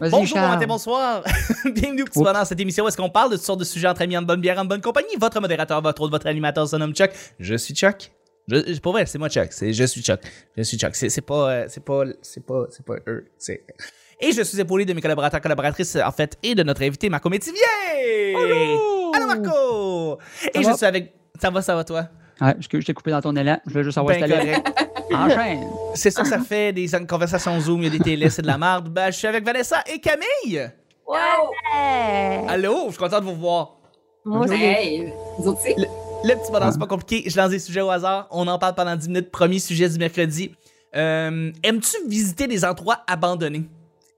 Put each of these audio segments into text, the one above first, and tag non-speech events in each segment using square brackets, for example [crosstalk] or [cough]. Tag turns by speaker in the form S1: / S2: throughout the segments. S1: Bonjour, bon
S2: Charles.
S1: matin, bonsoir. [laughs] Bienvenue au petit bonheur, cette émission où est-ce qu'on parle de toutes sortes de sujets entre amis, en bonne bière, en bonne compagnie. Votre modérateur, votre autre, votre animateur, son nomme Chuck. Je suis Chuck. Je, je- pour vrai, c'est moi Chuck. C'est, je suis Chuck. Je suis Chuck. C'est, c'est pas, euh, c'est pas, c'est pas, c'est pas eux. C'est... Et je suis épaulé de mes collaborateurs, collaboratrices, en fait, et de notre invité, Marco Métivier.
S2: Bonjour.
S1: Allô, Marco.
S2: Ça
S1: et
S2: va?
S1: je suis avec. Ça va, ça va, toi?
S2: Ouais, excuse, je t'ai coupé dans ton élan. Je voulais juste savoir
S1: Ben
S2: si t'allais. [laughs] Enchaîne.
S1: C'est ça, ça fait des conversations Zoom, il y a des télés, c'est de la merde. Ben, je suis avec Vanessa et Camille.
S3: Ouais!
S1: Allô, je suis content de vous voir.
S3: Moi aussi.
S4: Ben, Hey, vous aussi?
S1: Le petit bonheur, c'est pas compliqué. Je lance des sujets au hasard. On en parle pendant 10 minutes. Premier sujet du mercredi. Euh, Aimes-tu visiter des endroits abandonnés?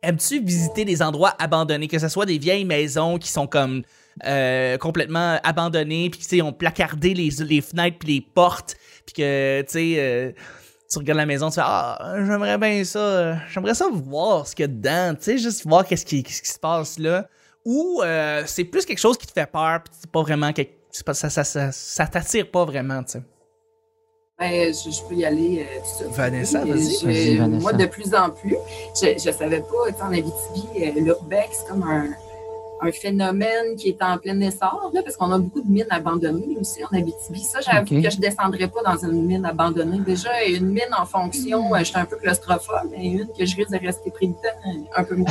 S1: Aimes-tu visiter des endroits abandonnés? Que ce soit des vieilles maisons qui sont comme euh, complètement abandonnées, puis qui ont placardé les, les fenêtres puis les portes, puis que, tu sais, euh, tu regardes la maison, tu fais « Ah, j'aimerais bien ça. euh, J'aimerais ça voir ce qu'il y a dedans. » Tu sais, juste voir qu'est-ce qui, qu'est-ce qui se passe là. Ou euh, c'est plus quelque chose qui te fait peur, puis c'est pas vraiment quelque... c'est pas- ça, ça, ça, ça t'attire pas vraiment, tu sais.
S4: Ben, je, je peux y aller euh, tout de suite.
S1: Vanessa,
S4: Euh,
S1: vas-y.
S4: je-
S2: Vas-y, Vanessa.
S4: Moi, de plus en plus, je, je savais pas, tu sais, en Abitibi, euh, l'urbex, c'est comme un, un phénomène qui est en plein essor, là, parce qu'on a beaucoup de mines abandonnées aussi en Abitibi. Ça, j'avoue
S2: Ok.
S4: que je descendrais pas dans une mine abandonnée. Déjà, une mine en fonction, euh, j'étais un peu claustrophobe, mais une que je risque de rester pris le temps euh, un peu moins.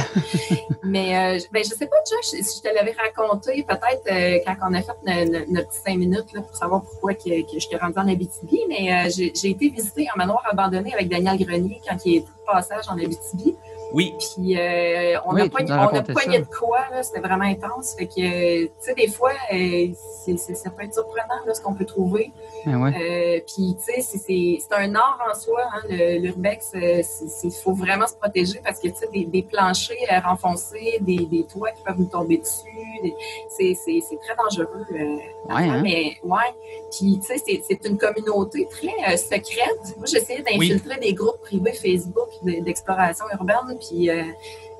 S4: mais euh, je- ben, je sais pas, Josh, si je te l'avais raconté, peut-être euh, quand on a fait no- no- notre petit cinq minutes là, pour savoir pourquoi que, que je t'ai rendu en Abitibi, mais euh, j'ai j'ai été visiter un manoir abandonné avec Daniel Grenier quand il était de passage en Abitibi.
S1: Oui.
S4: Puis euh, on,
S2: Oui,
S4: a
S2: tu
S4: pogné-
S2: nous as
S4: on a
S2: raconté
S4: poigné
S2: ça.
S4: de quoi, là, c'était vraiment intense. Fait que, euh, tu sais, des fois, euh, c'est- c'est- ça peut être surprenant là, ce qu'on peut trouver.
S2: Ben ouais.
S4: Euh, puis, tu sais, c'est- c'est c'est un art en soi, hein, le- l'urbex. Il faut vraiment se protéger parce que, tu sais, des, des planchers à renfoncer, des, des toits qui peuvent nous tomber dessus, des- c'est c'est- c'est très dangereux. euh, à
S2: Ouais,
S4: faire,
S2: hein?
S4: mais ouais. Puis, tu sais, c'est- c'est une communauté très euh, secrète. Moi, j'essayais d'infiltrer des groupes privés Facebook de- d'exploration urbaine, puis... euh,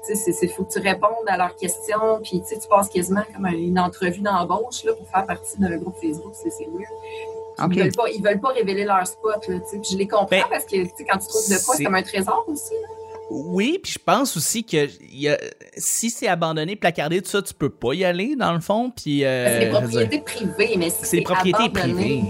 S4: tu sais, il faut que tu répondes à leurs questions, puis tu sais, tu passes quasiment comme un- une entrevue d'embauche là, pour faire partie d'un groupe Facebook, c'est c'est weird. Puis
S2: Ok.
S4: Ils veulent pas, ils veulent pas révéler leur spot, là, tu sais. Puis je les comprends
S1: Ben,
S4: parce que, tu sais, quand tu trouves de quoi,
S1: c'est-
S4: c'est comme un trésor aussi, là.
S1: Oui, puis je pense aussi que il y a- si c'est abandonné, placardé, tout ça, tu peux pas y aller, dans le fond. Puis. euh,
S4: C'est des
S1: je veux dire,
S4: propriétés privées, mais si
S1: c'est des propriétés
S4: abandonné-
S1: privées.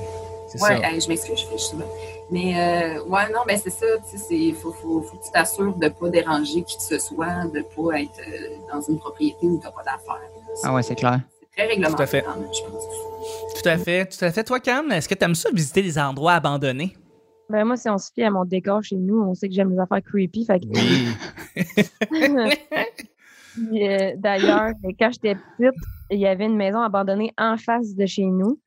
S1: C'est
S4: Ouais,
S1: ça.
S4: hey, je m'excuse, je fais souvent. Mais, euh, ouais, non, ben c'est ça, tu sais, il faut, faut, faut que tu t'assures de pas déranger qui que ce soit, de pas être euh, dans une propriété où t'as pas d'affaires. C'est-
S2: Ah ouais, c'est clair.
S4: C'est très réglementé,
S1: Tout à fait.
S4: quand même, je pense.
S1: Tout à fait. Tout à fait. Toi, Cam, est-ce que t'aimes ça visiter des endroits abandonnés?
S3: Ben, moi, si on se fie à mon décor chez nous, on sait que j'aime les affaires creepy. Fait que- [laughs] Puis, euh, D'ailleurs, quand j'étais petite, il y avait une maison abandonnée en face de chez nous.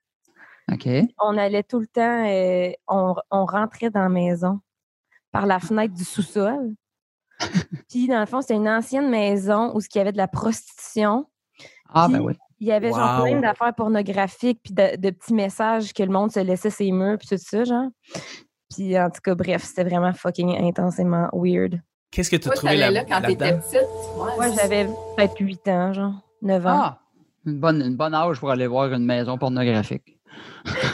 S2: OK.
S3: On allait tout le temps, euh, on, on rentrait dans la maison par la fenêtre du sous-sol. Puis, dans le fond, c'était une ancienne maison où il y avait de la prostitution.
S2: Ah, ben oui.
S3: Il y avait genre
S1: Wow.
S3: plein d'affaires pornographiques, puis de, de petits messages que le monde se laissait ses murs, puis tout ça, genre. Puis en tout cas, bref, c'était vraiment fucking intensément weird.
S1: Qu'est-ce que tu as
S4: Toi,
S1: trouvé
S4: t'allais
S1: là-
S4: là quand t'étais
S1: là-dedans?
S4: petite. Ouais,
S3: Moi,
S4: c'est-
S3: j'avais peut-être 8 ans, genre, 9 ans.
S2: Ah, une bonne, une bonne âge pour aller voir une maison pornographique.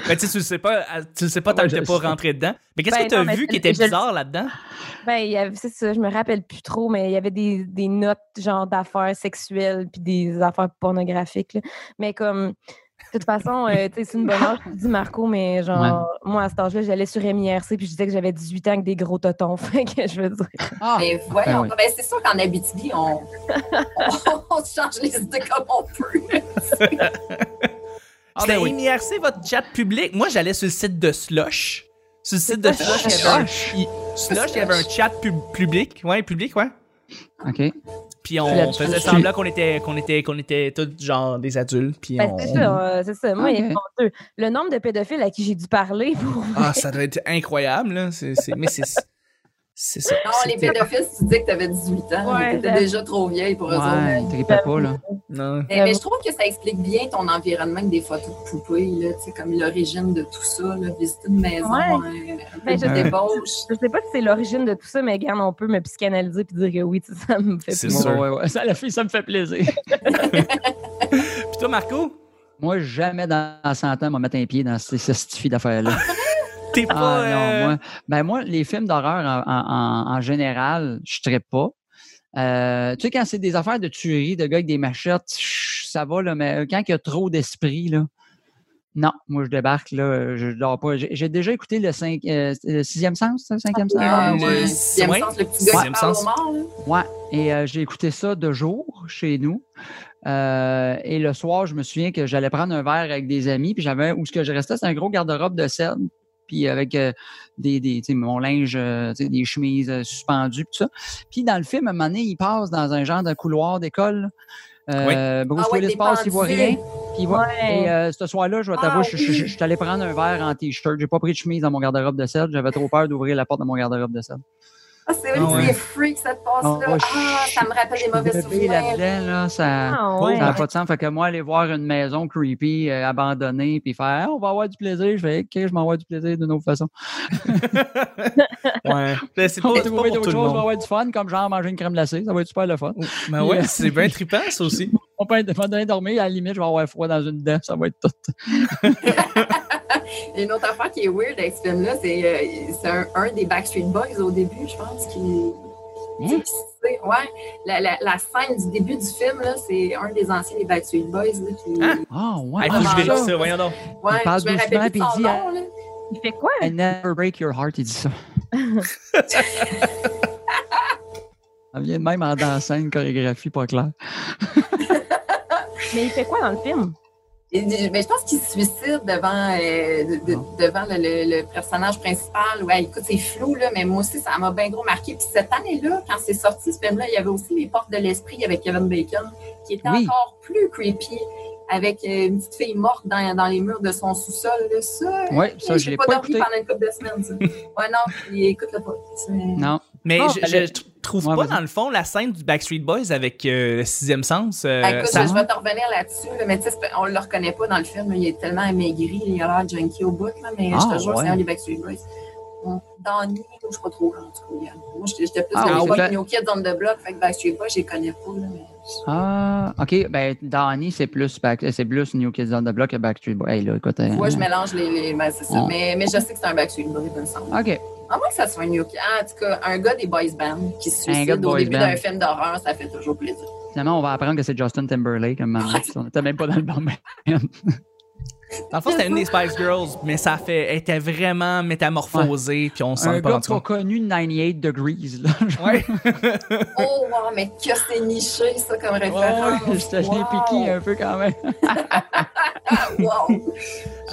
S1: Ben, tu sais, tu le sais pas, euh, tu le sais pas tant
S2: Ouais,
S1: que t'es
S2: je
S1: pas
S2: sais.
S1: rentré dedans. Mais qu'est-ce
S3: Ben
S1: que t'as
S3: non, mais
S1: vu qui
S3: je-
S1: était
S3: je le-
S1: bizarre là-dedans?
S3: Ben, il y avait, c'est ça, je me rappelle plus trop, mais il y avait des, des notes, genre, d'affaires sexuelles, puis des affaires pornographiques, là. Mais comme, de toute façon, euh, tu sais, c'est une bonne âge, tu dis Marco, mais genre, moi, à cet âge-là, j'allais sur MIRC, puis je disais que j'avais 18 ans avec des gros totons. [laughs] Fait que je veux dire.
S2: Ah,
S4: Mais voyons,
S2: oui.
S4: ben, c'est sûr qu'en Abitibi, on, [laughs] on se change les idées comme on peut.
S2: ah,
S1: C'était
S2: ben oui.
S1: IMIRC, votre chat public. Moi, j'allais sur le site de Slush. Sur le site de Slush, il y avait un, il- Slush, il y avait un chat pub- public. Ouais, public, ouais.
S2: OK.
S1: Puis
S2: Je l'ai
S1: on faisait
S2: touché.
S1: semblant qu'on était, qu'on était, qu'on était tous genre des adultes. Puis
S3: Ben,
S1: on...
S3: c'est ça, euh, c'est ça. Moi, il y a
S2: Ok.
S3: mon Dieu, Le nombre de pédophiles à qui j'ai dû parler pour.
S1: Ah, ça doit être incroyable, là. C'est, c'est- Mais c'est. C'est ça.
S4: Non, les
S1: C'était-
S4: pédophiles, tu dis que t'avais 18 ans,
S3: Ouais,
S4: mais t'étais
S3: ben-
S4: déjà trop vieille pour eux autres.
S2: Ouais, tripais pas, là.
S1: Non.
S4: Ben, Mais, mais je trouve que ça explique bien ton environnement avec des photos de poupées, là, tu sais, comme l'origine de tout ça, là, visiter une maison,
S3: Ouais.
S4: hein, un peu
S3: Ben, je-
S4: de débauche.
S3: Je sais pas si c'est l'origine de tout ça, mais regarde, on peut me psychanalyser puis dire que oui, tu sais, ça me fait
S1: C'est
S3: plus-
S1: sûr.
S2: Ouais, ouais, ouais. Ça, la fille, ça me fait plaisir.
S1: Puis toi, Marco,
S2: Moi, jamais dans 100 ans, je vais mettre un pied dans ces fille d'affaires-là.
S1: t'es pas.
S2: Ah
S1: euh,
S2: non, moi. Ben moi, les films d'horreur en, en- en- en général, je ne pas. Euh, tu sais, quand c'est des affaires de tuerie, de gars avec des machettes, chut, ça va, là, mais quand il y a trop d'esprit, là, non, moi, je débarque, là, je dors pas. J'ai j'ai déjà écouté le, cinq, euh, le sixième sens, ça, le cinquième sens.
S4: Ah,
S1: ouais.
S4: ouais. Sixième
S1: Ouais.
S4: sens, le petit gars qui
S1: Sixième
S4: parle
S1: sens.
S4: au mort, là.
S2: Ouais, et euh, j'ai écouté ça de jour chez nous. Euh, et le soir, je me souviens que j'allais prendre un verre avec des amis, puis j'avais où ce que je restais, c'est un gros garde-robe de scène, puis avec euh, des, des tu sais, mon linge, euh, tu sais, des chemises euh, suspendues, puis tout ça. Puis dans le film, à un moment donné, il passe dans un genre de couloir d'école. Euh, Bruce
S4: Ah ouais,
S2: Willis
S4: des
S2: passe, il voit
S4: pendus.
S2: rien. Puis il voit-
S3: Ouais.
S2: Et euh, ce soir-là, je vais t'avouer,
S4: Ah
S2: je, je- je- je suis allé prendre un verre en t-shirt. J'ai pas pris de chemise dans mon garde-robe de scène. J'avais trop peur d'ouvrir la porte de mon garde-robe de scène.
S4: Ah, c'est
S1: Ah,
S4: vrai,
S1: ouais.
S4: c'est freak cette passe-là.
S2: Ah, ouais,
S4: ah, ça me rappelle
S2: Je
S4: des mauvais
S2: suis bébé
S4: souvenirs.
S2: là-dedans, là, ça.
S3: Ah,
S1: Cool.
S3: ouais.
S2: Ça n'a pas de sens. Fait que moi, aller voir une maison creepy, euh, abandonnée, puis faire Ah, on va avoir du plaisir, je vais OK, je m'envoie du plaisir d'une autre façon. [laughs]
S1: Ouais. Mais C'est
S2: On
S1: pas,
S2: va trouver
S1: c'est Ben, pas pour tout
S2: d'autres
S1: le
S2: choses, on va
S1: monde.
S2: avoir du fun, comme genre manger une crème glacée, ça va être super le fun.
S1: Mais ouais, c'est bien trippant, ça aussi.
S2: On peut être donner dormir, à la limite, je vais avoir froid dans une dent, ça va être tout.
S4: Une autre affaire qui est weird avec ce film-là, c'est euh, c'est un, un des Backstreet Boys au début, je pense, qui. qui-
S2: Hein?
S4: qui- c'est- Ouais, la, la- la scène du début du film, là, c'est un des anciens des Backstreet Boys. Là, qui,
S1: Hein?
S2: Ah ouais,
S1: Hey, faut que je
S4: Ah,
S1: vérifie
S4: ça.
S1: ça, voyons donc.
S4: Ouais,
S2: Il parle
S4: je me rappelle
S2: doucement,
S4: plus
S2: puis
S4: de
S2: il
S4: son
S2: dit,
S4: nom, là.
S3: Il fait quoi?
S2: I never break your heart, il dit [laughs] ça. ça vient de même en dansant une chorégraphie pas claire.
S3: Mais il fait quoi dans le film?
S4: Il dit- Mais ben, je pense qu'il se suicide devant, euh, de- de-
S2: Ah.
S4: devant le, le- le personnage principal. Ouais, écoute, c'est flou, là, mais moi aussi, ça m'a bien gros marqué. Puis cette année-là, quand c'est sorti ce film-là, il y avait aussi Les Portes de l'Esprit avec Kevin Bacon, qui était
S2: Oui.
S4: encore plus creepy, avec euh, une petite fille morte dans, dans les murs de son sous-sol. là. Ça,
S2: Ouais, ça, je
S4: j'ai
S2: l'ai
S4: pas,
S2: pas
S4: dormi
S2: écouté.
S4: pendant une couple de semaines. ça. ouais, non, puis écoute-le pas. C'est-
S2: Non.
S1: Mais
S2: Ah,
S1: je,
S2: fallait-
S1: je tr- trouve
S2: Ouais,
S1: pas,
S2: vas-y.
S1: dans le fond, la scène du Backstreet Boys avec euh, le sixième sens. euh,
S4: Ah, écoute,
S1: ça-
S4: je vais te revenir là-dessus, là, mais tu sais, c'est pas- on le reconnaît pas dans le film. Il est tellement amaigri, il a l'air junkie au bout, là, mais
S2: Ah,
S4: je te jure,
S2: ouais.
S4: c'est un des Backstreet Boys. Hum, Danny, ou je sais pas trop, là, en tout cas. regarde. Moi, j'étais j'étais plus
S2: Ah,
S4: à
S2: ouais,
S4: l'époque
S2: ben-
S4: New Kids on the Block, fait que Backstreet Boys, je les connais pas, là, mais...
S2: Ah, OK. Ben, Danny, c'est plus, back- c'est plus New Kids on the Block que Backstreet Boys. Hey, là, écoute. euh,
S4: Moi, je mélange les... les- ben, c'est ça,
S2: Ah.
S4: mais, mais je sais que c'est un Backstreet Boys, il me semble.
S2: OK.
S4: À moins que ça soit un New Kids... Ah, en tout cas, un gars des boys bands qui se
S2: Un gars
S4: suicide
S2: de
S4: au
S2: boys
S4: début
S2: band.
S4: d'un film d'horreur, ça fait toujours plaisir.
S2: Finalement, on va apprendre que c'est Justin Timberlake. un moment donné. On n'était même pas dans le bon moment.
S1: Dans le fond, c'était une des Spice Girls, mais ça fait, elle était vraiment métamorphosée, puis on s'en
S2: Un
S1: est pas
S2: gars
S1: rendu
S2: qui a
S1: compte.
S2: connu 98 Degrees. Là.
S1: Ouais.
S4: Oh, wow, mais que c'est niché, ça, comme référence!
S2: Ouais, ouais, [laughs] je t'ai
S4: Wow.
S2: piqué un peu quand même.
S4: Wow!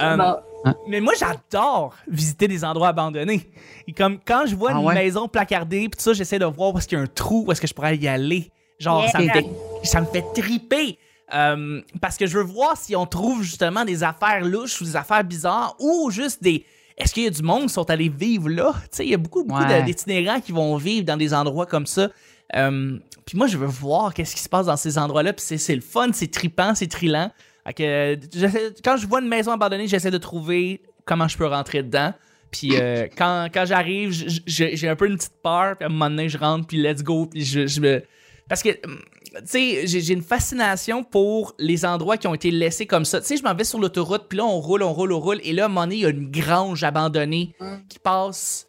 S1: Euh,
S4: Bon.
S1: Mais moi, j'adore visiter des endroits abandonnés. Et comme quand je vois
S2: Ah
S1: une
S2: ouais?
S1: maison placardée, puis tout ça, j'essaie de voir où est-ce qu'il y a un trou, où est-ce que je pourrais y aller. Genre, ça, me
S2: Yeah.
S1: fait, ça me fait triper. Euh, parce que je veux voir si on trouve justement des affaires louches ou des affaires bizarres ou juste des. Est-ce qu'il y a du monde qui sont allés vivre là? Tu sais, il y a beaucoup, beaucoup
S2: Ouais.
S1: de- d'itinérants qui vont vivre dans des endroits comme ça. Euh, puis moi, je veux voir qu'est-ce qui se passe dans ces endroits-là. Puis c'est- c'est le fun, c'est tripant, c'est trillant. Fait que, euh, j'essaie- quand je vois une maison abandonnée, j'essaie de trouver comment je peux rentrer dedans. Puis euh, quand, quand j'arrive, j- j- j'ai j'ai un peu une petite peur. Puis à un moment donné, je rentre, puis let's go. Puis je, je me... Parce que, hum, tu sais, j'ai j'ai une fascination pour les endroits qui ont été laissés comme ça. Tu sais, je m'en vais sur l'autoroute, puis là, on roule, on roule, on roule. Et là, à un moment donné, il y a une grange abandonnée
S4: Mm.
S1: qui passe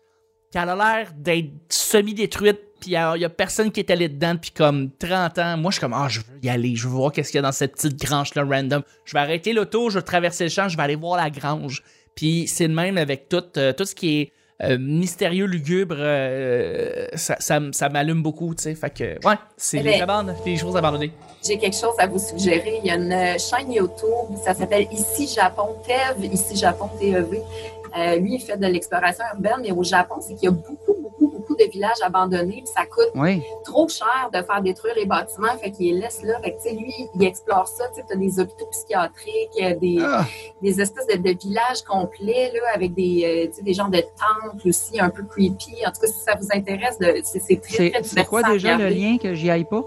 S1: qui a l'air d'être semi-détruite, puis il y, a il y a personne qui est allé dedans depuis comme 30 ans. Moi, je suis comme, ah, je veux y aller, je veux voir qu'est-ce qu'il y a dans cette petite grange-là random. Je vais arrêter l'auto, je vais traverser le champ, je vais aller voir la grange. Puis c'est le même avec tout, euh, tout ce qui est euh, mystérieux, lugubre, euh, ça, ça, m- ça m'allume beaucoup, tu sais. Fait que, ouais, c'est
S4: Eh
S1: les,
S4: ben-
S1: abandes- les choses abandonnées.
S4: J'ai quelque chose à vous suggérer. Il y a une euh, chaîne YouTube, ça s'appelle Ici Japon, TEV, Ici Japon, TEV. Euh, lui, il fait de l'exploration urbaine, mais au Japon, c'est qu'il y a beaucoup, beaucoup, beaucoup de villages abandonnés, puis ça coûte
S2: Oui.
S4: trop cher de faire détruire les bâtiments, fait qu'il les laisse là. Fait que, tu sais, lui, il explore ça, tu sais, t'as des hôpitaux psychiatriques, euh, des,
S2: Ah.
S4: des espèces de, de villages complets, là, avec des, euh, tu sais, des genres de temples aussi, un peu creepy. En tout cas, si ça vous intéresse, de- c'est c'est très,
S2: C'est
S4: très
S2: c'est quoi
S4: divertissant à
S2: déjà le
S4: regarder.
S2: lien que j'y aille pas?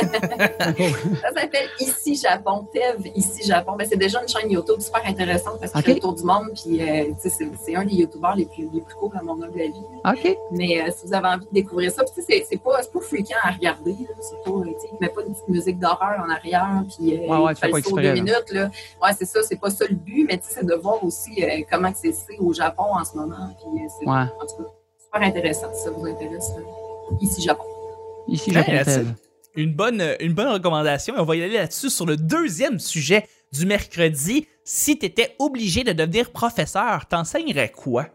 S4: Ça s'appelle Ici Japon, Tev Ici Japon. Ben, c'est déjà une chaîne YouTube super intéressante parce qu'il
S2: Ok.
S4: fait le tour du monde. Puis, euh, tu sais, c'est, c'est un des YouTubeurs les plus, les plus courts à mon humble avis.
S2: OK.
S4: Mais euh, si vous avez envie de découvrir ça, puis tu sais, c'est, c'est pas, c'est pas fréquent à regarder. Là. C'est pas, euh, tu sais, il met pas une petite musique d'horreur en arrière. Puis, euh,
S2: Ouais, ouais,
S4: il
S2: tu fais
S4: fait
S2: pas
S4: le saut
S2: exprès,
S4: deux
S2: là.
S4: minutes. Là. Ouais, c'est ça. C'est pas ça le but. Mais tu sais, c'est de voir aussi euh, comment que c'est, c'est au Japon en ce moment. Puis, euh, c'est
S2: Ouais.
S4: en tout cas, super intéressant si ça vous intéresse. là. Ici Japon.
S2: Ici, je
S1: Ouais,
S2: comptais.
S1: Une bonne, euh, une bonne recommandation. Et on va y aller là-dessus sur le deuxième sujet du mercredi. Si tu étais obligé de devenir professeur, t'enseignerais quoi?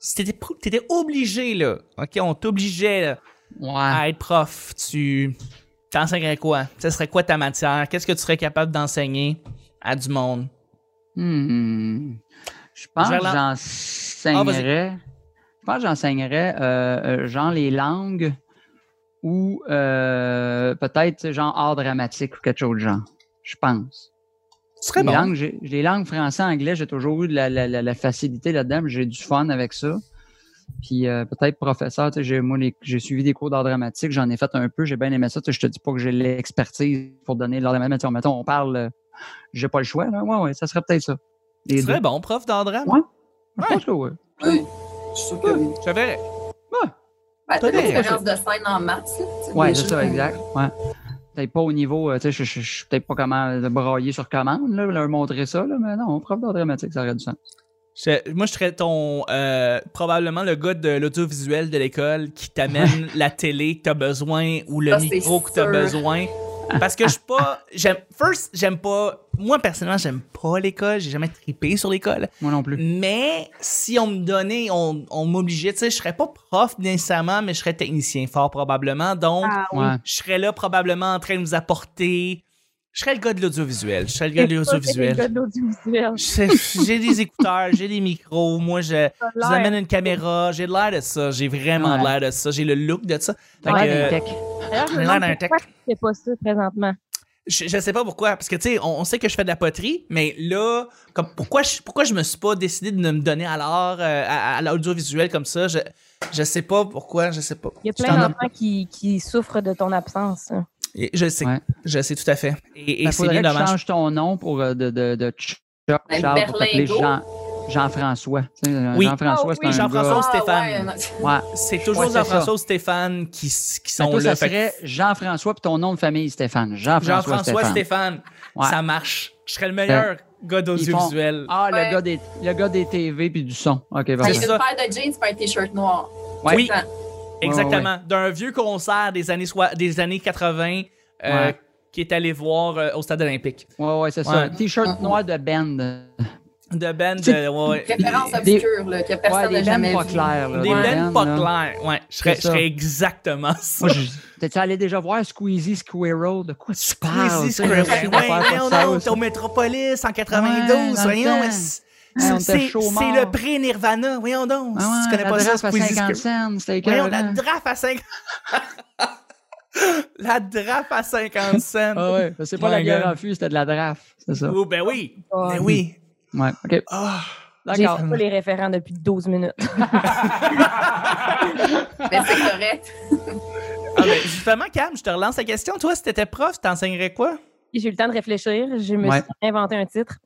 S1: Si t'étais pro- t'étais obligé, là, OK, on t'obligeait là,
S2: Ouais.
S1: à être prof, tu t'enseignerais quoi? Ce serait quoi ta matière? Qu'est-ce que tu serais capable d'enseigner à du monde?
S2: Hmm. Je pense que
S1: Gerland.
S2: j'enseignerais. Je pense que j'enseignerais euh, euh, genre les langues ou euh, peut-être tu sais, genre art dramatique ou quelque chose de genre. Je pense.
S1: Ce serait
S2: les,
S1: bon.
S2: langues, j'ai- les langues français, anglais, j'ai toujours eu de la, la- la- la facilité là-dedans, mais j'ai du fun avec ça. Puis euh, peut-être professeur, tu sais, j'ai, moi, les- j'ai suivi des cours d'art dramatique, j'en ai fait un peu, j'ai bien aimé ça. Tu sais, Je te dis pas que j'ai l'expertise pour donner de l'art dramatique. Mettons, mettons, on parle, euh, j'ai pas le choix. Là. Ouais, ouais, ça serait peut-être ça. Les
S1: Ce
S2: deux.
S1: serait bon, prof d'Andra.
S2: Ouais. Je pense que ouais.
S4: Oui, je suis sûre que oui.
S1: J'avais.
S4: Ben, t'as
S1: Peut-être.
S4: l'expérience de scène en maths, là, tu sais,
S2: Ouais,
S4: mais
S2: c'est
S4: je-
S2: ça, exact. Ouais. Peut-être pas au niveau, euh, tu sais, je- je je suis peut-être pas comment de brailler sur commande, là, leur montrer ça, là, mais non, prof d'art dramatique, ça aurait du sens.
S1: Je- moi, je serais ton. euh, probablement le gars de l'audiovisuel de l'école qui t'amène la télé que t'as besoin ou le
S4: Ça, c'est
S1: micro que t'as
S4: sûr.
S1: besoin. Parce que je suis pas. J'aime, first, j'aime pas. Moi, personnellement, j'aime pas l'école. J'ai jamais trippé sur l'école.
S2: Moi non plus.
S1: Mais si on me donnait. On, on m'obligeait, tu sais, je serais pas prof nécessairement, mais je serais technicien fort probablement. Donc,
S3: Ah, oui.
S2: Ouais.
S1: je serais là probablement en train de vous apporter. Je serais le gars de l'audiovisuel. Je serais le gars de
S3: C'est sûr que c'est le
S1: l'audiovisuel.
S3: gars de l'audiovisuel.
S1: Je- J'ai des écouteurs, j'ai des micros. Moi, je.
S3: Ça a
S1: Je vous
S3: l'air.
S1: amène une caméra, j'ai de l'air de ça, j'ai vraiment de
S2: Ouais.
S1: l'air de ça, j'ai le look de ça. Fait
S2: Ouais,
S1: que,
S2: des
S1: euh,
S2: techs.
S3: D'ailleurs, je me
S1: j'ai l'air d'un
S3: demande
S1: tech.
S3: pourquoi tu fais pas ça présentement.
S1: je, je sais pas pourquoi, parce que tu sais, on, on sait que je fais de la poterie, mais là, comme pourquoi je, pourquoi je me suis pas décidé de me donner à l'art, euh, à, à l'audiovisuel comme ça, je, je sais pas pourquoi, je sais pas.
S3: Il y a
S2: Tu
S3: plein
S2: t'en
S3: d'enfants qui, qui souffrent de ton absence. hein.
S1: Et je sais,
S2: Ouais.
S1: je sais tout à fait. Et,
S2: Il
S1: et c'est
S2: Ben, faudrait
S1: bien
S2: que tu
S1: dommage.
S2: changes ton nom pour euh, de, de, de Chuck
S4: Ben,
S2: Charles pour t'appeler
S4: Berlingot.
S2: Jean, Jean-François. Tu sais, euh,
S1: Oui.
S2: Jean-François,
S3: Ah
S2: c'est un
S1: oui,
S2: gars-
S1: Jean-François.
S4: Ah,
S1: Stéphane.
S4: ouais, non.
S2: Ouais.
S1: C'est
S2: Ouais,
S1: toujours
S2: c'est Ben,
S1: Jean-François ou Stéphane qui, s- qui sont
S2: Toi,
S1: là.
S2: ça
S1: fait que
S2: serait Jean-François puis ton nom de famille, Stéphane. Jean-François,
S1: Jean-François,
S2: Ah, Stéphane.
S1: Stéphane,
S2: Ouais. Euh,
S1: ça marche. Je serais le meilleur gars d'audiovisuel.
S2: Ah,
S4: Ouais.
S2: le, gars des, le gars des TV puis du son. OK,
S4: J'ai
S2: parfait.
S1: C'est
S4: une
S1: ça.
S4: paire de jeans et un t-shirt noir.
S2: Ah, Ouais.
S1: Oui.
S4: Attends.
S1: Exactement. D'un vieux concert des années, soi- des années 80 euh,
S2: Ouais.
S1: qui est allé voir euh, au stade olympique.
S2: Ouais, ouais, c'est ça.
S1: Ouais.
S2: T-shirt noir de band.
S1: De Ben, de,
S2: C'est-
S1: ouais, ouais.
S4: Référence
S2: Des-
S4: obscure, là, que
S2: Ouais,
S4: personne n'a
S2: des bands
S4: jamais
S2: pas
S4: vu.
S2: claires. là,
S1: des
S2: ouais.
S1: Ben pas
S2: là.
S1: clairs. Ouais, je serais,
S2: C'est
S1: je
S2: ça.
S1: serais exactement ça.
S2: Moi, je- T'es-tu allé déjà voir Squeezie Squirrel? De quoi tu parles?
S1: Squeezie,
S2: tu sais, je
S1: Squirrel.
S2: sais pas
S1: Ouais,
S2: faire
S1: voyons
S2: ça,
S1: donc,
S2: ça.
S1: t'es au Métropolis en 92.
S2: dans le
S1: voyons,
S2: temps.
S1: c'est
S2: Ouais, on
S1: c'est-
S2: était
S1: c'est-
S2: chaud
S1: c'est
S2: mort.
S1: le pré-Nirvana. Voyons donc.
S2: Ah
S1: si
S2: ouais,
S1: tu connais
S2: la
S1: pas ça,
S2: draft à
S1: Squeezie
S2: 50
S1: Squirrel.
S2: cents, c'était
S1: Voyons,
S2: écœurant.
S1: la draft à 50 [laughs] La draft à 50 cents.
S2: Ah ouais, c'est pas
S1: My
S2: la guerre
S1: God.
S2: en fût, c'était de la draft, c'est ça.
S1: Oh, ben oui.
S3: Ah.
S1: Ben oui.
S2: Ouais, OK.
S1: Ah.
S3: J'ai
S2: D'accord.
S3: fait pas les référents depuis 12 minutes. [laughs]
S4: Mais c'est correct.
S1: Ah ben, justement, Cam, je te relance la question. Toi, si t'étais prof, t'enseignerais quoi?
S3: J'ai eu le temps de réfléchir. Je me
S2: Ouais.
S3: suis inventé un titre.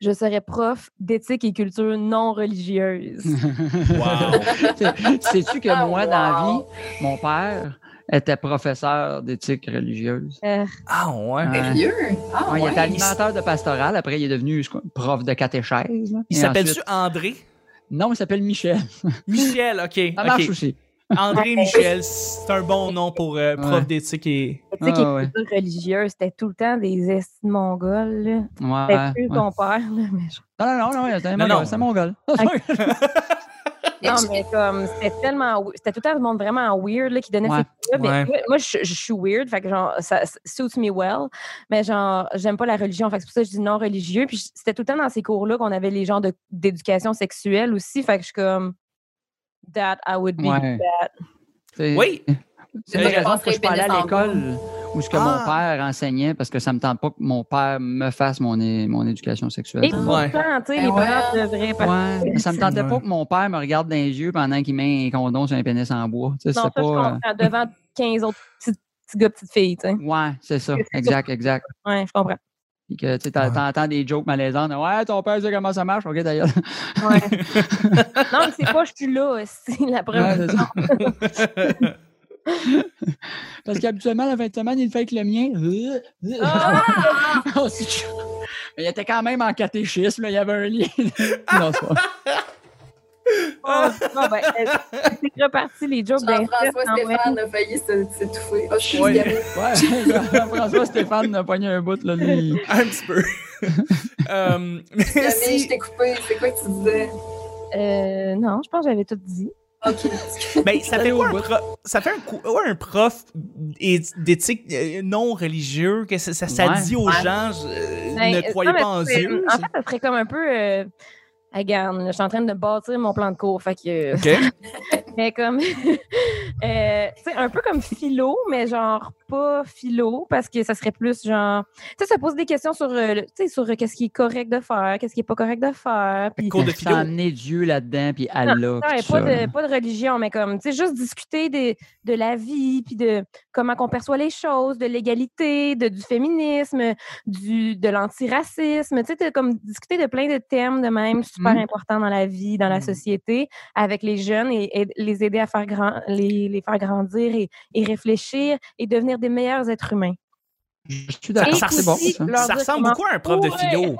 S3: Je serais prof d'éthique et culture non religieuse.
S2: Sais- [laughs] Sais-tu que
S4: Ah,
S2: moi, dans la
S4: wow.
S2: vie, mon père était professeur d'éthique religieuse.
S3: Euh,
S1: Ah ouais.
S2: Ouais.
S4: Sérieux? Ah,
S2: Ouais, Il
S4: ouais. [laughs]
S2: était animateur de pastoral, après il est devenu je crois, prof de catéchèse. là.
S1: Il
S2: Et
S1: s'appelle-tu
S2: ensuite-
S1: André?
S2: Non, il s'appelle Michel.
S1: Michel, ok.
S2: Ça marche
S1: ok.
S2: aussi.
S1: André Michel, c'est un bon nom pour euh, prof
S2: Ouais.
S1: d'éthique et.
S3: éthique
S2: Ah, ouais.
S3: et culture religieuse, c'était tout le temps des estis mongols. là.
S2: Ouais,
S3: C'était
S2: ouais.
S3: plus ton père, là, mais je-
S2: Non, non, non, non, c'est un
S1: Non, non.
S2: mongol. C'est un mongol.
S4: Mais
S3: Non,
S4: je-
S3: mais comme c'était tellement. we- C'était tout le temps du monde vraiment weird là, qui donnait
S2: Ouais,
S3: ces trucs
S1: ouais.
S3: Mais moi, moi, je, je suis weird, fait que genre, ça ça suits me well. Mais genre, j'aime pas la religion. Fait que c'est pour ça que je dis non religieux. Puis je- c'était tout le temps dans ces cours-là qu'on avait les genres de- d'éducation sexuelle aussi. Fait que je suis comme. That I would be
S2: Ouais.
S3: that.
S2: [laughs] C'est-
S1: Oui!
S2: C'est la
S1: Je
S2: raison
S4: passerai
S2: pour que je suis pas allé à
S4: pénis en
S2: l'école où ce que
S1: Ah.
S2: mon père enseignait parce que ça me tente pas que mon père me fasse mon, é- mon éducation sexuelle.
S3: Et
S2: Ouais,
S3: pourtant,
S1: Ouais.
S3: tu sais, les
S4: Ben
S3: parents
S4: ouais.
S3: devraient. parce-
S2: mais ça me tentait
S1: Ouais.
S2: pas que mon père me regarde dans les yeux pendant qu'il met un condom sur un pénis en bois. Tu sais,
S3: Non, ça,
S2: c'était
S3: je
S2: pas.
S3: comprends. Devant 15 autres petits, petits gars, petites filles, tu sais.
S2: euh, Ouais, c'est ça. Exact, exact.
S3: Ouais, je comprends.
S2: Puis que tu sais, t'as-
S1: Ouais.
S2: t'entends des jokes malaisantes. Ouais, ton père sait comment ça marche. Ok, d'ailleurs. [laughs]
S3: Ouais. non, mais c'est pas, je suis là. [laughs] C'est la
S2: Ouais,
S3: preuve.
S2: c'est ça. [laughs] Parce qu'habituellement, la fin de semaine, il le fait avec le mien. [laughs] Oh, c'est chaud. [laughs] Mais il était quand même en catéchisme, là, il y avait un lien. non, c'est pas.
S3: Oh, bon, ben, euh, c'est reparti les jokes
S4: Jean-François
S3: d'inceste, en vrai.
S4: Stéphane a failli se- s'étouffer. Oh, je suis
S1: Ouais. [laughs]
S4: désolée.
S2: Ouais, [laughs] François Stéphane a pogné un bout, là, lui.
S1: Un petit
S2: [laughs]
S1: peu. Euh, mais
S4: Camille,
S1: si,
S4: je t'ai coupé. C'est quoi que tu disais?
S3: Euh, non, je pense que j'avais tout dit.
S4: OK.
S1: ben, ça fait
S2: Allez au
S1: quoi un
S2: bout.
S1: pro- ça fait un, cou- ouais, un prof é- d'éthique euh, non religieux que ça, ça, ça
S2: Ouais.
S1: dit aux
S4: Ouais.
S1: gens euh,
S3: Ben,
S1: ne
S3: euh,
S1: croyez
S3: non, mais
S1: pas en
S3: c'est-
S1: Dieu.
S3: En fait, ça serait comme un peu. euh, Regarde, je suis en train de bâtir mon plan de cours. Fait que. euh,
S1: Ok.
S2: [laughs]
S3: Mais comme. [laughs] euh, tu sais, un peu comme philo, mais genre pas philo, parce que ça serait plus genre. Tu sais, ça pose des questions sur, euh, le- tu sais, sur euh, qu'est-ce qui est correct de faire, qu'est-ce qui est pas correct de faire. Puis,
S1: Cours de
S2: Ça a
S1: philo.
S2: amené Dieu là-dedans, puis Allah.
S3: Ouais,
S2: puis tout hein.
S3: pas,
S2: ça, là.
S3: de, pas de religion, mais comme, tu sais, juste discuter des- de la vie, puis de comment qu'on perçoit les choses, de l'égalité, de- du féminisme, du, de l'antiracisme, tu sais, t'as comme discuter de plein de thèmes de même super
S2: Mhm.
S3: importants dans la vie, dans la
S2: Mhm.
S3: société, avec les jeunes et, et les aider à faire grand, les, les faire grandir et, et réfléchir et devenir des meilleurs êtres humains.
S2: Je suis
S1: Ça-
S2: d'accord,
S1: ça
S2: c'est bon.
S3: aussi-
S2: ça.
S3: leur
S1: Ça
S3: dire
S1: ressemble
S3: comment-
S1: beaucoup à un prof de philo.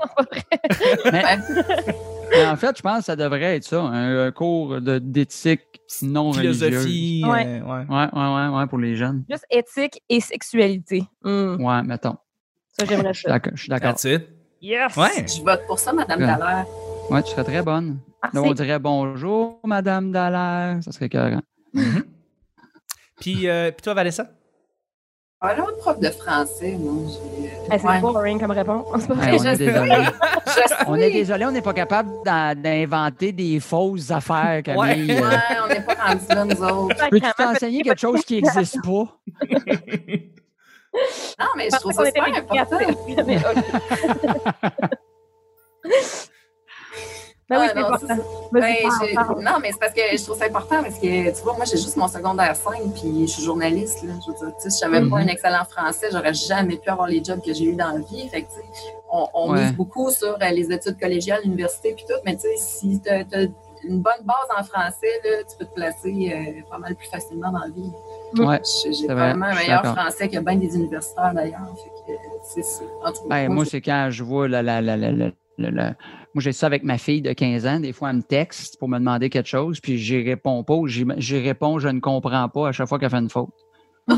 S2: Mais en fait, je pense que ça devrait être ça, un, un cours de- d'éthique non religieuse.
S1: Philosophie. euh,
S3: Ouais.
S1: ouais.
S2: Ouais, ouais, ouais, ouais, pour les jeunes.
S3: Juste éthique et sexualité. Hmm,
S2: Ouais, mettons.
S3: ça, j'aimerais
S2: Je suis
S3: ça.
S2: d'accord. Je suis d'accord.
S1: That's it.
S3: Yes!
S1: Ouais.
S4: Je vote pour ça, Madame
S2: Ouais.
S4: Dallaire.
S2: Ouais, tu serais très bonne. Là, on
S3: Merci.
S2: dirait bonjour, Madame Dallaire. Ça serait écœurant.
S1: Puis, euh, puis toi, Valessa?
S4: Alors, prof de français, moi, j'ai...
S3: Ah, c'est
S4: Ouais.
S3: boring comme réponse. [laughs] C'est pas
S2: Ben Ouais,
S3: vrai,
S2: on
S3: je-
S2: est désolé.
S4: Je
S2: On
S4: sais.
S2: est désolé, on n'est pas capable d'in- d'inventer des fausses affaires, Camille.
S1: Ouais.
S2: Euh,
S4: Ouais, on n'est pas rendus là, nous autres.
S2: Peux-tu
S3: Sacrément,
S2: t'enseigner quelque chose
S3: [laughs]
S2: qui n'existe pas?
S4: Non, mais je
S3: parce
S4: trouve
S3: qu'on
S4: ça
S3: était
S4: super important.
S3: efficaces. Mais ok. [laughs] Ben oui,
S4: Ah,
S3: c'est
S4: non,
S3: important.
S4: ça. Ben,
S3: Vas-y,
S4: j'ai-
S3: parle, parle.
S4: non, mais c'est parce que je trouve ça important parce que, tu vois, moi, j'ai juste mon secondaire 5 puis je suis journaliste. Là, je veux dire, tu sais, si j'avais pas
S2: Mhm.
S4: un excellent français, j'aurais jamais pu avoir les jobs que j'ai eu dans la vie. Fait que, tu sais, on, on
S2: Ouais.
S4: mise beaucoup sur euh, les études collégiales, l'université puis tout, mais tu sais, si tu as, une bonne base en français, là, tu peux te placer euh, pas mal plus facilement dans la vie.
S2: Ouais.
S4: J'ai j'ai
S2: C'est vrai,
S4: probablement
S2: je
S4: un
S2: suis
S4: meilleur
S2: d'accord.
S4: français que bien des universitaires d'ailleurs. Fait que, euh, c'est ça. En tout cas,
S2: Ben,
S4: moi,
S2: moi,
S4: c'est-
S2: c'est quand je vois la, la, la, la, la- la- la- Moi, j'ai ça avec ma fille de 15 ans. Des fois, elle me texte pour me demander quelque chose, puis j'y réponds pas. ou J'y j'y réponds, je ne comprends pas à chaque fois qu'elle fait une
S4: [laughs]
S2: faute. Je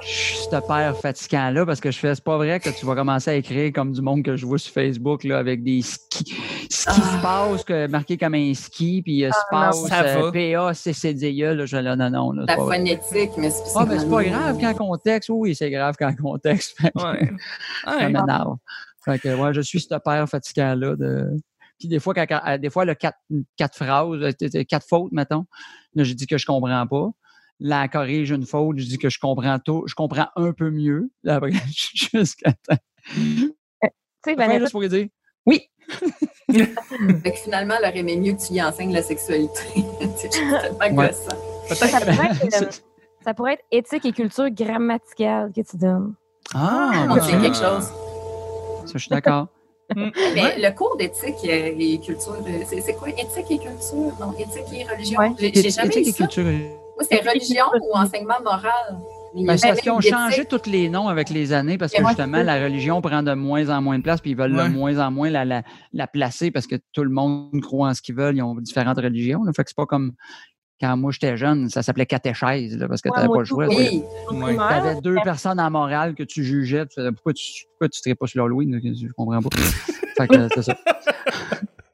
S2: suis ce père fatigant-là parce que je fais, c'est pas vrai que tu vas commencer à écrire comme du monde que je vois sur Facebook là, avec des skis. Ski
S4: Ah.
S2: se passe, que- marqué comme un ski, puis euh, se
S3: Ah,
S1: non.
S2: passe,
S1: Ça va.
S2: euh, PA, CCDIA, E, là, je là, non, non, là, c'est
S4: la
S2: pas vrai.
S4: phonétique, mais c'est
S2: Ah, mais c'est pas grave quand on texte. Oui, c'est grave quand on texte.
S4: [laughs]
S1: Ouais.
S2: Ça
S1: Ouais.
S2: m'énerve. Fait que, ouais, je suis ce père fatigant-là. De... Puis des fois, quand, quand- euh, des fois, le quatre, quatre phrases, euh, t- t- quatre fautes, mettons, là, je dis que je comprends pas. La corrige une faute, je dis que je comprends tout, je comprends un peu mieux. Là, après, [laughs] jusqu'à temps.
S3: Tu sais,
S4: Ben,
S2: Enfin,
S3: Vanessa,
S2: juste pour lui dire,
S4: Fait que finalement, elle aurait aimé mieux que tu lui enseignes la sexualité. [laughs] c'est tellement
S2: Ouais.
S4: gossant.
S1: Peut-être.
S3: ça pourrait être, euh,
S2: C'est-
S3: ça pourrait être éthique et culture grammaticale que tu donnes.
S2: ah,
S4: On
S2: ouais,
S4: sait quelque chose.
S2: ça, je suis d'accord.
S4: Mais le cours d'éthique euh, et culture, euh, c'est c'est quoi éthique et culture? Non, éthique et religion.
S3: Ouais.
S4: J'ai j'ai jamais
S2: Éthique
S4: eu
S2: et
S4: ça.
S2: culture.
S4: Moi, c'est religion ou enseignement moral. Mais il y a
S2: Ben, c'est parce
S4: jamais
S2: qu'ils ont
S4: eu
S2: changé
S4: d'éthique.
S2: tous les noms avec les années parce que
S4: Ouais.
S2: justement, la religion prend de moins en moins de place puis ils veulent
S1: Ouais.
S2: de moins en moins la, la, la placer parce que tout le monde croit en ce qu'ils veulent. Ils ont différentes religions. Là. Fait que c'est pas comme quand moi j'étais jeune, ça s'appelait catéchèse là, parce que
S3: Ouais,
S2: t'avais
S3: moi
S2: pas le choix.
S3: tout,
S2: Tu
S4: Oui,
S3: Au
S1: Ouais.
S3: primaire,
S2: avais deux personnes à morale que tu jugeais. Tu faisais, pourquoi tu pourquoi tu serais pas sur l'Halloween? là? Je comprends
S3: [laughs]
S2: pas. fait que c'est ça.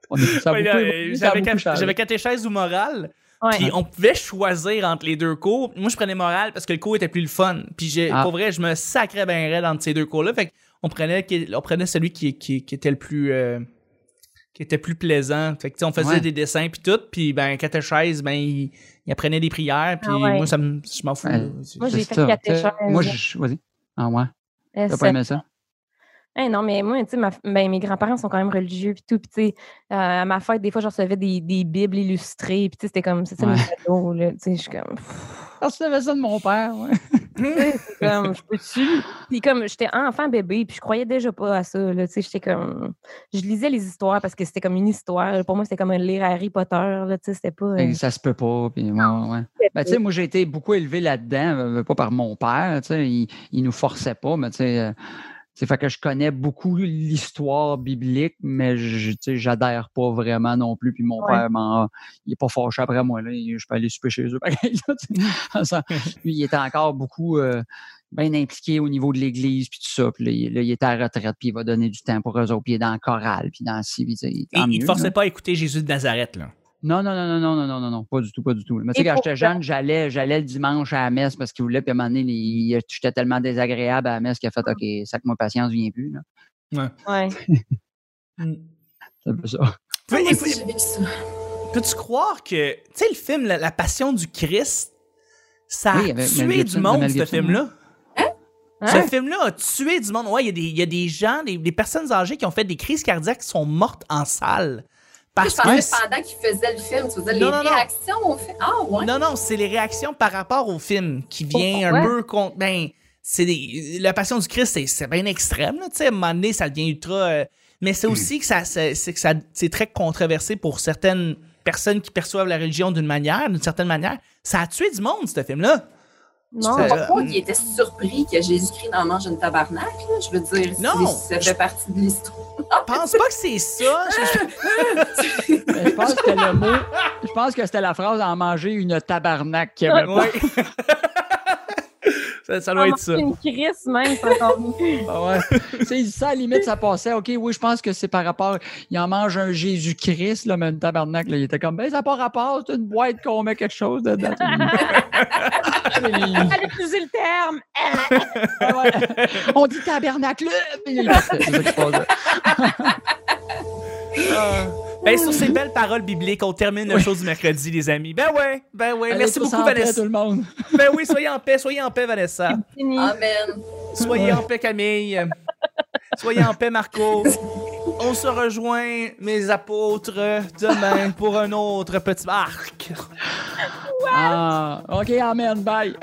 S2: On est- ça a
S1: Ouais,
S2: beaucoup
S1: là,
S2: évolué,
S1: euh,
S2: ça a
S1: J'avais
S2: beaucoup
S1: ca-
S2: changé.
S1: j'avais catéchèse ou morale.
S3: ouais.
S1: Puis on pouvait choisir entre les deux cours. Moi, je prenais morale parce que le cours était plus le fun. Puis j'ai,
S2: Ah.
S1: pour vrai, je me sacrais bien raide entre ces deux cours-là. Fait qu'on prenait, qui- on prenait celui qui, qui, qui était le plus. euh, qui était plus plaisant. Fait que, tu sais, on faisait
S2: Ouais.
S1: des dessins puis tout, puis ben catéchèse, ben il, il apprenait des prières, puis
S3: Ah ouais.
S1: moi ça me- je m'en fous.
S2: Ouais.
S1: là.
S3: Moi, j'ai
S2: C'est
S3: fait
S2: ça.
S3: catéchèse.
S2: Moi, je. Vas-y. Ah ouais.
S3: Euh,
S2: T'as
S3: ça-
S2: pas aimé ça?
S3: Hey, non, mais moi, tu sais, ma f- ben, mes grands-parents sont quand même religieux, puis tout, puis tu sais, euh, à ma fête, des fois, je recevais des, des bibles illustrées, puis tu sais, c'était comme, c'est ça, mes
S2: Ouais.
S3: cadeaux, là, tu sais, je suis comme, pff,
S2: Ah, tu avais ça de mon père, ouais.
S3: c'est comme, je peux-tu? Puis comme, j'étais enfant bébé, puis je croyais déjà pas à ça, là, tu sais, j'étais comme, je lisais les histoires parce que c'était comme une histoire, pour moi, c'était comme lire Harry Potter, là, tu sais, c'était pas...
S2: Fait
S3: euh,
S2: que Ça se peut pas. Puis, ouais, ouais, ouais. Ben, tu sais, moi, j'ai été beaucoup élevé là-dedans, euh, pas par mon père. tu sais, Il, il nous forçait pas, mais tu sais, euh, C'est fait que je connais beaucoup l'histoire biblique, mais je- tu sais, j'adhère pas vraiment non plus. Puis mon
S3: Ouais.
S2: père, m'en- il est pas fâché après moi. Là. Il- Je peux aller souper chez eux. [laughs] pareil, là, tu
S3: Mmh.
S2: sais. Lui, il était encore beaucoup euh, bien impliqué au niveau de l'Église, puis tout ça. Puis là, il, là, il est à la retraite, puis il va donner du temps pour eux autres. Puis il est dans le chorale, puis dans le civilisé.
S1: Et il te forçait pas à écouter Jésus de Nazareth, là.
S2: Non, non, non, non, non, non, non, non, non, pas du tout, pas du tout. Mais tu sais,
S3: Et
S2: quand j'étais
S3: pourtant-
S2: jeune, j'allais, j'allais le dimanche à la messe parce qu'il voulait, puis à un moment donné, il- il- j'étais tellement désagréable à la messe qu'il a fait OK, sac-moi patience, viens plus. Là.
S3: Ouais.
S2: C'est un peu ça.
S1: Peux-
S4: Moi
S1: écoute,
S4: aussi, j'ai vécu ça.
S1: Peux-tu croire que, tu sais, le film La, La Passion du Christ, ça a
S2: Oui, avec Mel
S1: tué du
S2: Gibson, de
S1: monde,
S2: Mel
S1: ce
S2: Gibson,
S1: film-là?
S3: Hein?
S1: Ce film-là a tué du monde. Ouais, il y a des- il y, a des gens, des, des personnes âgées qui ont fait des crises cardiaques qui sont mortes en salle. Parce
S4: je pensais
S1: que.
S4: que pendant qu'il faisait le film, tu faisais
S1: Non, non,
S4: les
S1: non.
S4: réactions au film. Ah, ouais.
S1: Non, non, c'est les réactions par rapport au film qui vient un
S3: Ouais.
S1: peu contre. Ben, c'est des- la passion du Christ, c'est- c'est bien extrême. Là, tu sais, à un moment donné, ça devient ultra. euh, mais c'est aussi que ça, c'est c'est que ça, c'est très controversé pour certaines personnes qui perçoivent la religion d'une manière, d'une certaine manière. Ça a tué du monde, ce film-là.
S3: Non.
S1: C'est-
S4: Pourquoi
S1: Euh,
S4: il était surpris que Jésus-Christ en mange une tabarnak? là? Je veux dire, c'est-
S1: Non.
S4: ça fait partie de l'histoire.
S1: Pense pas que c'est ça. Je- je-
S2: [laughs] Mais je pense que le mot, je pense que c'était la phrase en manger une tabarnak qu'il y avait pas.
S1: Ouais. [laughs] ça, ça
S3: Ah,
S1: doit être ça.
S3: Une crise même, c'est encore
S1: [laughs]
S3: mieux.
S2: Ah ouais. Tu sais, ça, à la limite, ça passait. OK, oui, je pense que c'est par rapport. Il en mange un Jésus-Christ, là, mais une tabarnak, là, il était comme, ben, ça n'a pas rapport, c'est une boîte qu'on met quelque chose [laughs] dedans.
S3: Elle a utilisé le terme.
S2: Ah ouais. On dit tabernacle. mais il partait. C'est ça qui se passait.
S1: Ben, sur ces belles paroles bibliques, on termine le show du mercredi, les amis. Ben ouais, ben ouais.
S2: Allez,
S1: Merci
S2: tous
S1: beaucoup,
S2: en paix,
S1: Vanessa.
S2: tout le monde.
S1: Ben oui, soyez en paix, soyez en paix, Vanessa.
S3: Fini.
S4: Amen.
S1: Soyez en paix, Camille. Soyez en paix, Marco. On se rejoint, mes apôtres, demain pour un autre petit arc.
S2: Ah, OK, amen. Bye.